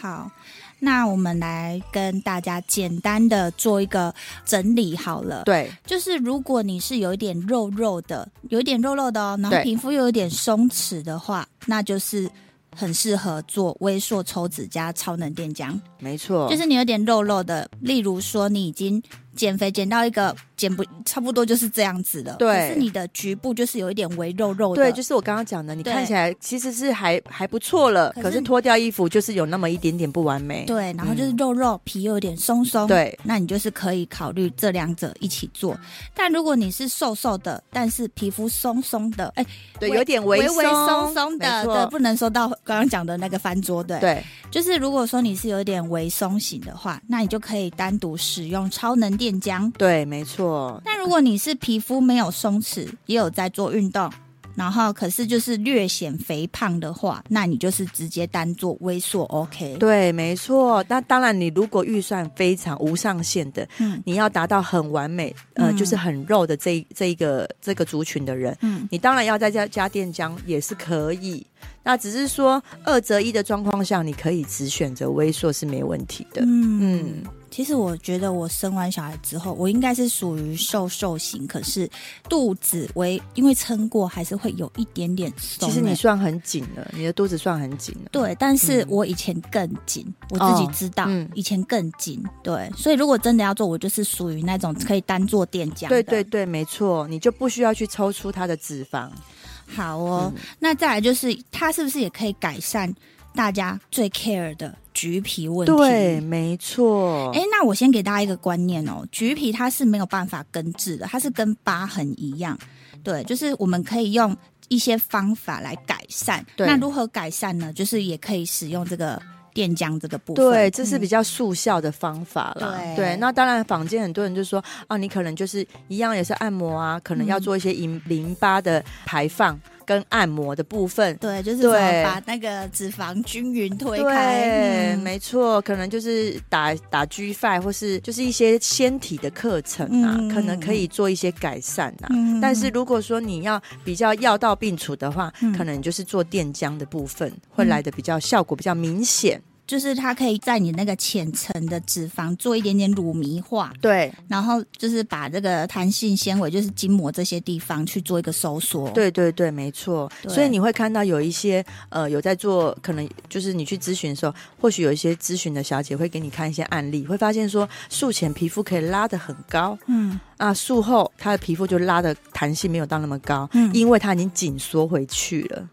S1: 好，那我们来跟大家简单的做一个整理好了。
S2: 对，
S1: 就是如果你是有一点肉肉的，有一点肉肉的哦，然后
S2: 对
S1: 皮肤又有点松弛的话，那就是很适合做微塑抽脂加超能电浆。
S2: 没错，
S1: 就是你有点肉肉的，例如说你已经减肥减到一个减不差不多就是这样子了，
S2: 对
S1: 可是你的局部就是有一点微肉肉的，
S2: 对，就是我刚刚讲的，你
S1: 对
S2: 看起来其实是还还不错了，
S1: 可是
S2: 可是脱掉衣服就是有那么一点点不完美。
S1: 对，然后就是
S2: 嗯
S1: 肉肉，皮又有点松松，。
S2: 对
S1: 那你就是可以考虑这两者一起做，但如果你是瘦瘦的，但是皮肤松松的，哎，
S2: 对，
S1: 微
S2: 有点
S1: 微
S2: 松
S1: 松松的，
S2: 没
S1: 对，
S2: 错
S1: 不能说到刚刚讲的那个翻桌，对，
S2: 对
S1: 就是如果说你是有点微松型的话，那你就可以单独使用超能电浆，
S2: 对，没错，
S1: 但如果你是皮肤没有松弛，也有在做运动，然后可是就是略显肥胖的话，那你就是直接单做微缩 OK。
S2: 对，没错。那当然，你如果预算非常无上限的，
S1: 嗯
S2: 你要达到很完美，呃，
S1: 嗯
S2: 就是很肉的这一这一个这个族群的人，
S1: 嗯
S2: 你当然要再加加电浆也是可以。那只是说二择一的状况下，你可以只选择微缩是没问题的。
S1: 嗯
S2: 嗯，
S1: 其实我觉得我生完小孩之后，我应该是属于瘦瘦型，可是肚子为因为撑过还是会有一点点松、
S2: 其实你
S1: 欸
S2: 算很紧了，你的肚子算很紧了。
S1: 对，但是我以前更紧，我自己知道，
S2: 嗯
S1: 以前更紧。对，所以如果真的要做，我就是属于那种可以单做垫浆的。
S2: 对对对，没错，你就不需要去抽出它的脂肪。
S1: 好哦，
S2: 嗯
S1: 那再来就是它是不是也可以改善大家最 care 的橘皮问题？
S2: 对，。没错。
S1: 哎，那我先给大家一个观念哦，橘皮它是没有办法根治的，它是跟疤痕一样，对，就是我们可以用一些方法来改善。
S2: 对
S1: 那如何改善呢？就是也可以使用这个垫浆这个部分。
S2: 对，这是比
S1: 嗯
S2: 较速效的方法啦。
S1: 对
S2: 那当然，坊间很多人就说，哦，你可能就是一样也是按摩啊，可能要
S1: 嗯
S2: 做一些淋淋巴的排放跟按摩的部分。
S1: 嗯对，就是怎
S2: 对
S1: 么把那个脂肪均匀推开。
S2: 对，
S1: 嗯
S2: 没错，可能就是打打 G Five 或是就是一些纤体的课程啊，
S1: 嗯
S2: 可能可以做一些改善啊。
S1: 嗯
S2: 但是如果说你要比较药到病除的话，
S1: 嗯
S2: 可能就是做电浆的部分会来的比较效果比较明显。
S1: 就是它可以在你那个浅层的脂肪做一点点乳糜化，
S2: 对，
S1: 然后就是把这个弹性纤维，就是筋膜这些地方去做一个收缩。，
S2: 对对对，没错。
S1: 对
S2: 所以你会看到有一些呃有在做，可能就是你去咨询的时候，或许有一些咨询的小姐会给你看一些案例，会发现说术前皮肤可以拉得很高，
S1: 嗯
S2: 啊，术后她的皮肤就拉的弹性没有到那么高，
S1: 嗯哎
S2: 因为它已经紧缩回去了。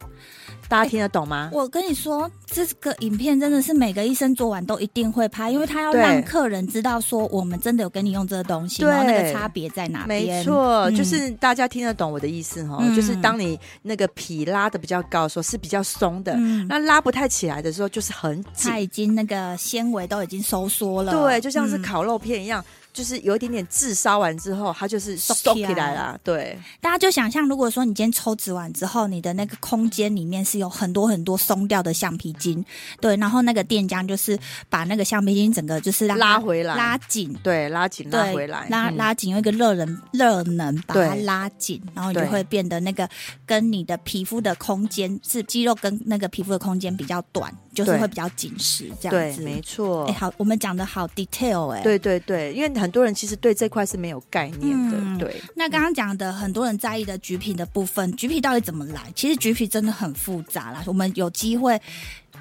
S2: 大家听得懂吗？
S1: 我跟你说，这个影片真的是每个医生做完都一定会拍，因为他要
S2: 对
S1: 让客人知道说我们真的有跟你用这个东西，
S2: 对
S1: 然后那个差别在哪边。
S2: 没错，
S1: 嗯
S2: 就是大家听得懂我的意思哈、
S1: 嗯
S2: 就是当你那个皮拉的比较高的时候是比较松的，
S1: 嗯，
S2: 那拉不太起来的时候就是很紧
S1: 它。已经那个纤维都已经收缩了，
S2: 对，就像是
S1: 嗯
S2: 烤肉片一样，就是有一点点炙烧完之后，它就是收起来啦。对，
S1: 大家就想象，如果说你今天抽脂完之后，你的那个空间里面是有很多很多松掉的橡皮筋，对，然后那个电浆就是把那个橡皮筋整个就是让它
S2: 拉回来，
S1: 拉紧。
S2: 对，拉紧
S1: 对
S2: 拉回来，
S1: 拉
S2: 嗯。
S1: 拉紧，用一个热能热能把它
S2: 对
S1: 拉紧，然后你就
S2: 对
S1: 会变得那个跟你的皮肤的空间是肌肉跟那个皮肤的空间比较短，就是
S2: 对
S1: 会比较紧实这样
S2: 对，
S1: 子。
S2: 没错。
S1: 哎、好，我们讲的好 detail 哎、
S2: 对对对，因为很多人其实对这块是没有概念的，
S1: 嗯
S2: 对
S1: 那刚刚讲的很多人在意的橘皮的部分，橘皮到底怎么来？其实橘皮真的很复杂啦，我们有机会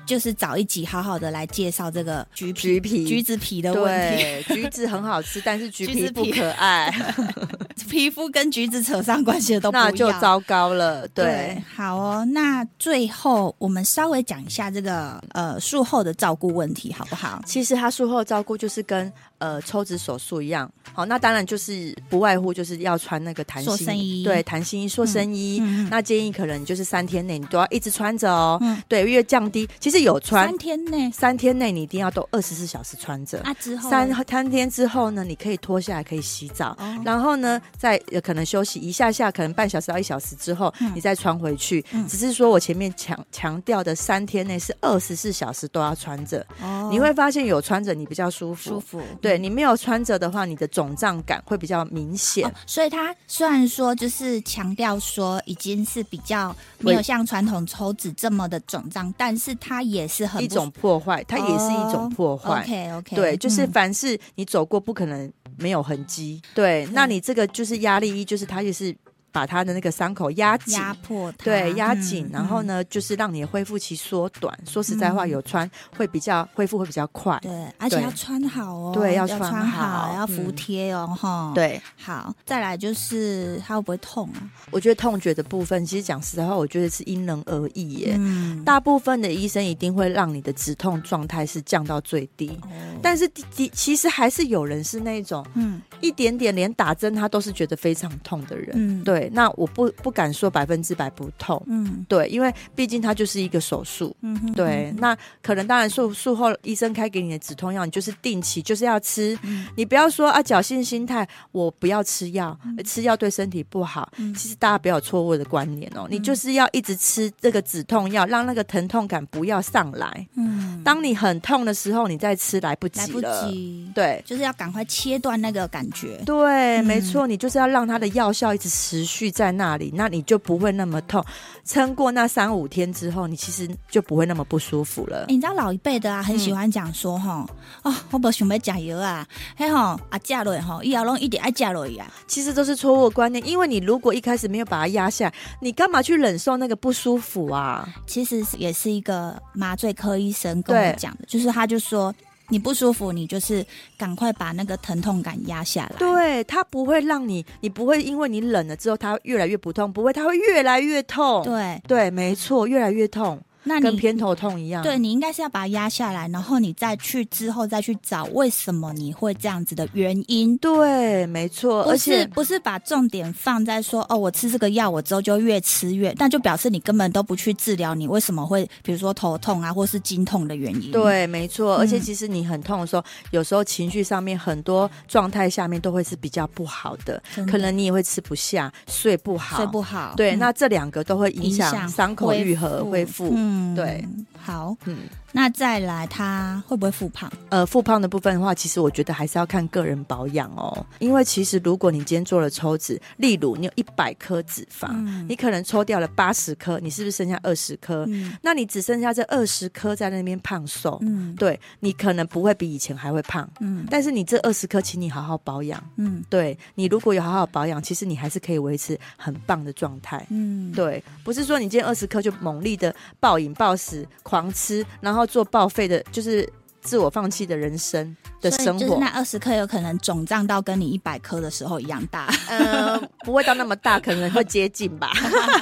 S1: 就是找一集好好的来介绍这个橘皮、
S2: 橘皮
S1: 橘子皮的问题。
S2: 对，橘子很好吃，但是橘
S1: 橘
S2: 皮
S1: 子
S2: 不
S1: 皮
S2: 可爱，
S1: 皮肤跟橘子扯上关 系的都不
S2: 那就
S1: 要
S2: 糟糕了。
S1: 对
S2: 对，
S1: 好哦。那最后我们稍微讲一下这个呃术后的照顾问题，好不好？
S2: 其实它术后照顾就是跟呃抽脂手术一样，好，那当然就是不外乎就是要穿那个弹
S1: 塑身
S2: 性
S1: 衣
S2: 对，弹性衣、塑身衣。
S1: 嗯，
S2: 那建议可能就是三天内你都要一直穿着哦，
S1: 嗯
S2: 对，因为降低其实有穿
S1: 三天内
S2: 三天内你一定要都二十四小时穿着。
S1: 啊之后
S2: 三三天之后呢，你可以脱下来，可以洗澡，
S1: 哦
S2: 然后呢，再呃可能休息一下下，可能半小时到一小时之后，
S1: 嗯
S2: 你再穿回去。
S1: 嗯
S2: 只是说我前面强强调的三天内是二十四小时都要穿着，
S1: 哦
S2: 你会发现有穿着你比较舒服。
S1: 舒服，嗯
S2: 对你没有穿着的话，你的肿胀感会比较明显。
S1: 哦、所以它虽然说就是强调说已经是比较没有
S2: 会
S1: 像传统抽脂这么的肿胀，但是它也是很哦
S2: 一
S1: 不
S2: 种破坏，它也是一种破坏。
S1: OK OK
S2: 对，就是
S1: 嗯
S2: 凡是你走过，不可能没有痕迹。对，那你这个就是压力一，就是它也是把它的那个伤口压紧。
S1: 压迫它，
S2: 对，压
S1: 嗯
S2: 紧，然后？呢，就是让你的恢复期缩短。说实在话，
S1: 嗯
S2: 有穿会比较恢复会比较快
S1: 嗯。对，而且
S2: 对
S1: 要穿好哦，
S2: 对
S1: 要
S2: 要穿
S1: 好，
S2: 好
S1: 要服
S2: 嗯
S1: 帖哦，哈、，
S2: 对，
S1: 好，再来就是它会不会痛啊？
S2: 我觉得痛觉的部分，其实讲实在话，我觉得是因人而异耶。
S1: 嗯，
S2: 大部分的医生一定会让你的止痛状态是降到最低，
S1: 哦
S2: 但是的的其实还是有人是那种
S1: 嗯
S2: 一点点连打针他都是觉得非常痛的人。
S1: 嗯，，
S2: 对，那我不不敢说百分之百不痛，
S1: 嗯
S2: 对，因为毕竟它就是一个手术。
S1: 嗯哼，
S2: 对，
S1: 嗯
S2: 那可能当然术术后医生开给你的止痛药，你就是定期就是要吃，
S1: 嗯
S2: 你不要说啊侥幸心态，我不要吃药，吃药对身体不好。
S1: 嗯
S2: 其实大家不要有错误的观念哦，你就是要一直吃这个止痛药，让那个疼痛感不要上来。
S1: 嗯，
S2: 当你很痛的时候，你再吃来不
S1: 来
S2: 及
S1: 不
S2: 了。
S1: 及，
S2: 对
S1: 就是要赶快切断那个感觉，
S2: 对，
S1: 嗯
S2: 没错，你就是要让它的药效一直持续在那里，那你就不会那么痛。撑过那三五天之后，你其实就不会那么不舒服了
S1: 欸。你知道老一辈的啊，很喜欢讲说吼，哦，我不想要加油啊，嘿吼啊，加落吼，以后拢一直爱加落啊，
S2: 其实都是错误的观念，因为你如果一开始没有把它压下来，你干嘛去忍受那个不舒服啊？
S1: 其实也是一个麻醉科医生跟我
S2: 对
S1: 讲的，就是他就说你不舒服，你就是赶快把那个疼痛感压下来。
S2: 对，它不会让你，你不会因为你忍了之后它越来越不痛，不会，它会越来越痛。
S1: 对，
S2: 对，没错，越来越痛。
S1: 那
S2: 跟
S1: 你
S2: 偏头痛一样。
S1: 对你应该是要把它压下来，然后你再去之后再去找为什么你会这样子的原因。
S2: 对，没错，
S1: 不
S2: 哦而
S1: 是
S2: 且
S1: 不是把重点放在说哦，我吃这个药，我之后就越吃越，那就表示你根本都不去治疗你为什么会，比如说头痛啊，或是经痛的原因。，
S2: 对，没错，
S1: 嗯
S2: 而且其实你很痛的时候，有时候情绪上面很多状态下面都会是比较不好的，
S1: 真的
S2: 可能你也会吃不下、睡不好、
S1: 睡不好。
S2: 对，
S1: 嗯
S2: 那这两个都会影
S1: 影
S2: 响
S1: 响
S2: 伤口愈合、恢复。
S1: 嗯
S2: 对。
S1: 好，
S2: 嗯，
S1: 那再来，他会不会复胖？
S2: 呃，复胖的部分的话，其实我觉得还是要看个人保养哦，因为其实如果你今天做了抽脂，例如你有一百颗脂肪，
S1: 嗯
S2: 你可能抽掉了八十颗，你是不是剩下二十颗？
S1: 嗯
S2: 那你只剩下这二十颗在那边胖瘦，
S1: 嗯
S2: 对你可能不会比以前还会胖，
S1: 嗯
S2: 但是你这二十颗，请你好好保养。
S1: 嗯
S2: 对你如果有好好保养，其实你还是可以维持很棒的状态。
S1: 嗯，
S2: 对，不是说你今天二十颗就猛力的暴饮暴食、狂吃，然后做报废的，就是自我放弃的人生的
S1: 所以
S2: 生
S1: 就是
S2: 活
S1: 那，二十克有可能肿胀到跟你一百克的时候一样大。
S2: 呃，不会到那么大，可能会接近吧。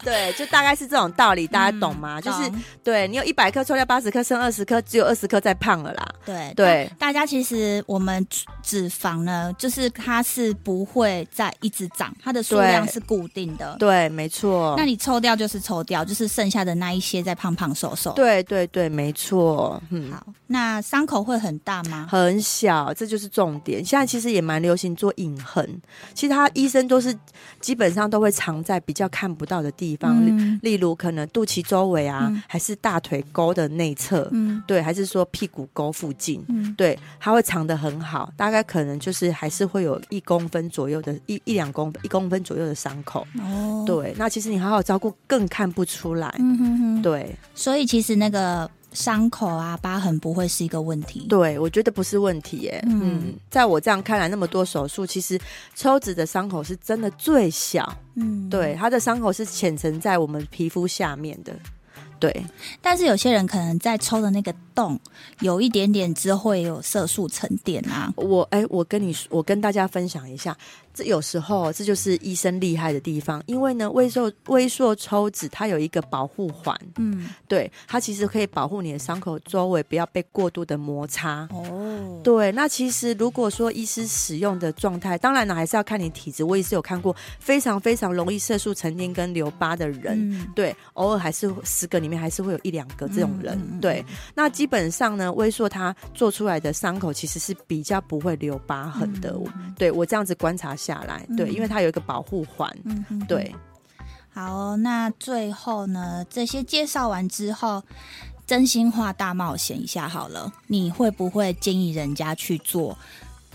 S2: 对，就大概是这种道理，大嗯家懂吗？就是
S1: 嗯懂
S2: 对你有一百克抽掉八十克，剩二十克，只有二十克再胖了啦。
S1: 对
S2: 对
S1: 大家其实我们脂脂肪呢，就是它是不会再一直长，它的数
S2: 对
S1: 量是固定的。
S2: 对，没错。
S1: 那你抽掉就是抽掉，就是剩下的那一些在胖胖瘦瘦。，
S2: 对对对，没错。嗯。
S1: 好，那伤口会很大吗？
S2: 很小，这就是重点。现在其实也蛮流行做隐痕，其实他医生都是基本上都会藏在比较看不到的地方，例
S1: 嗯
S2: 例如可能肚脐周围啊，
S1: 嗯
S2: 还是大腿沟的内侧，
S1: 嗯
S2: 对，还是说屁股沟附近。
S1: 嗯
S2: 对，它会藏得很好，大概可能就是还是会有一公分左右的，一一两公分，一公分左右的伤口。
S1: 哦，
S2: 对，那其实你好好照顾，更看不出来。
S1: 嗯哼哼，
S2: 对，
S1: 所以其实那个伤口啊、疤痕不会是一个问题。
S2: 对，我觉得不是问题耶、嗯
S1: 嗯
S2: 在我这样看来，那么多手术，其实抽脂的伤口是真的最小，
S1: 嗯，
S2: 对，。它的伤口是浅层在我们皮肤下面的。对，
S1: 但是有些人可能在抽的那个洞有一点点之后会有色素沉淀啊。
S2: 我哎、我跟你说，我跟大家分享一下，这有时候这就是医生厉害的地方，因为呢，微瘦微塑抽脂它有一个保护环，
S1: 嗯，
S2: 对，它其实可以保护你的伤口周围不要被过度的摩擦。
S1: 哦，
S2: 对，那其实如果说医师使用的状态，当然了，还是要看你体质。我也是有看过非常非常容易色素沉淀跟留疤的人。
S1: 嗯
S2: 对，偶尔还是十个里面还是会有一两个这种人。
S1: 嗯嗯嗯
S2: 对，那基本上呢，微塑它做出来的伤口其实是比较不会留疤痕的。
S1: 嗯
S2: 我对我这样子观察下来，对，因为它有一个保护环。
S1: 嗯哼，
S2: 对，
S1: 好哦、那最后呢，这些介绍完之后，真心话大冒险一下好了，你会不会建议人家去做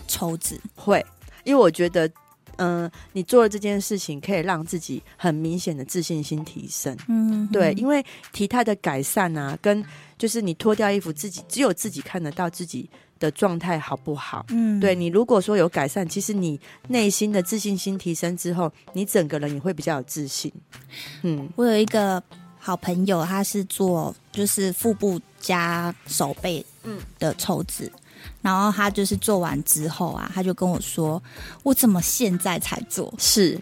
S1: 抽脂？
S2: 会，因为我觉得，嗯、你做了这件事情，可以让自己很明显的自信心提升。
S1: 嗯，
S2: 对，因为体态的改善啊，跟就是你脱掉衣服，自己只有自己看得到自己的状态好不好。
S1: 嗯，
S2: 对你如果说有改善，其实你内心的自信心提升之后，你整个人也会比较有自信。嗯，
S1: 我有一个好朋友，他是做就是腹部加手背
S2: 嗯
S1: 的抽脂，然后他就是做完之后啊，他就跟我说：“我怎么现在才做
S2: 是？”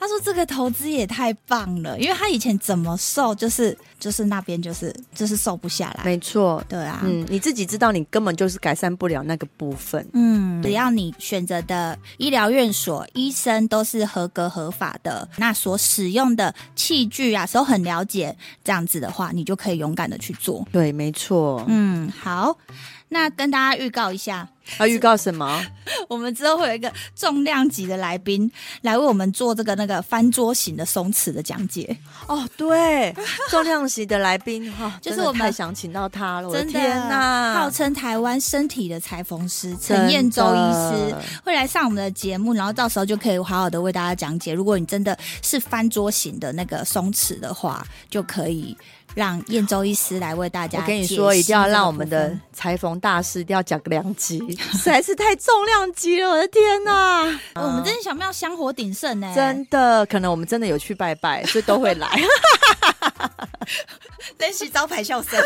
S1: 他说：“这个投资也太棒了，因为他以前怎么瘦就是就是那边就是就是瘦不下来。”
S2: 没错。
S1: 对啊，
S2: 嗯，你自己知道，你根本就是改善不了那个部分。
S1: 嗯，只要你选择的医疗院所、医生都是合格合法的，那所使用的器具啊，都很了解，这样子的话，你就可以勇敢的去做。
S2: 对，没错。
S1: 嗯，好，那跟大家预告一下，
S2: 要预告什么？
S1: 我们之后会有一个重量级的来宾来为我们做这个那个翻桌型的松弛的讲解，
S2: 哦，对，重量级的来宾哈，
S1: 就是
S2: 真的
S1: 我们
S2: 太想请到他了。哦我的
S1: 真的
S2: 天呐，
S1: 号称台湾身体的裁缝师
S2: 真
S1: 陈
S2: 的
S1: 彦周医师。会来上我们的节目，然后到时候就可以好好的为大家讲解。如果你真的是翻桌型的那个松弛的话，就可以让燕州医师来为大家
S2: 我
S1: 解析这
S2: 跟
S1: 个部分。
S2: 你说，一定要让我们的裁缝大师一定要讲个 两集，实在是太重量级了，我的天哪！
S1: 哎、我们呃真的小庙香火鼎盛呢、
S2: 嗯真的，可能我们真的有去拜拜，所以都会 来。
S1: 珍惜招牌笑 声。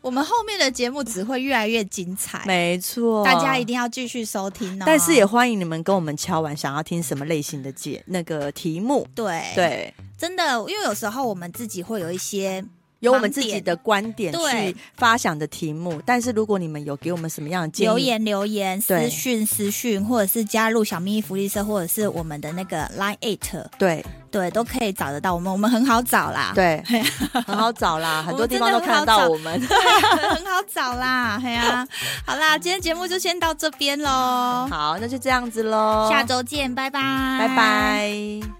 S1: 我们后面的节目只会越来越精彩，
S2: 没错，
S1: 大家一。定要继续收听哦。
S2: 但是也欢迎你们跟我们敲完，想要听什么类型的节那个题目。
S1: 对，
S2: 对，
S1: 真的，因为有时候我们自己会有一些
S2: 有我们自己的观点
S1: 盲点
S2: 去发想的题目。但是如果你们有给我们什么样的建
S1: 留
S2: 议，
S1: 言留言、私
S2: 对
S1: 讯私讯，或者是加入小咪福利社，或者是我们的那个 Line Eight，
S2: 对
S1: 对，都可以找得到我们，我们很好找啦，
S2: 对，很好找啦，很多地方都看得到我们。
S1: 对，很好找啦，嘿啊，好啦，今天节目就先到这边喽，
S2: 好，那就这样子喽，
S1: 下周见，拜拜，
S2: 拜拜。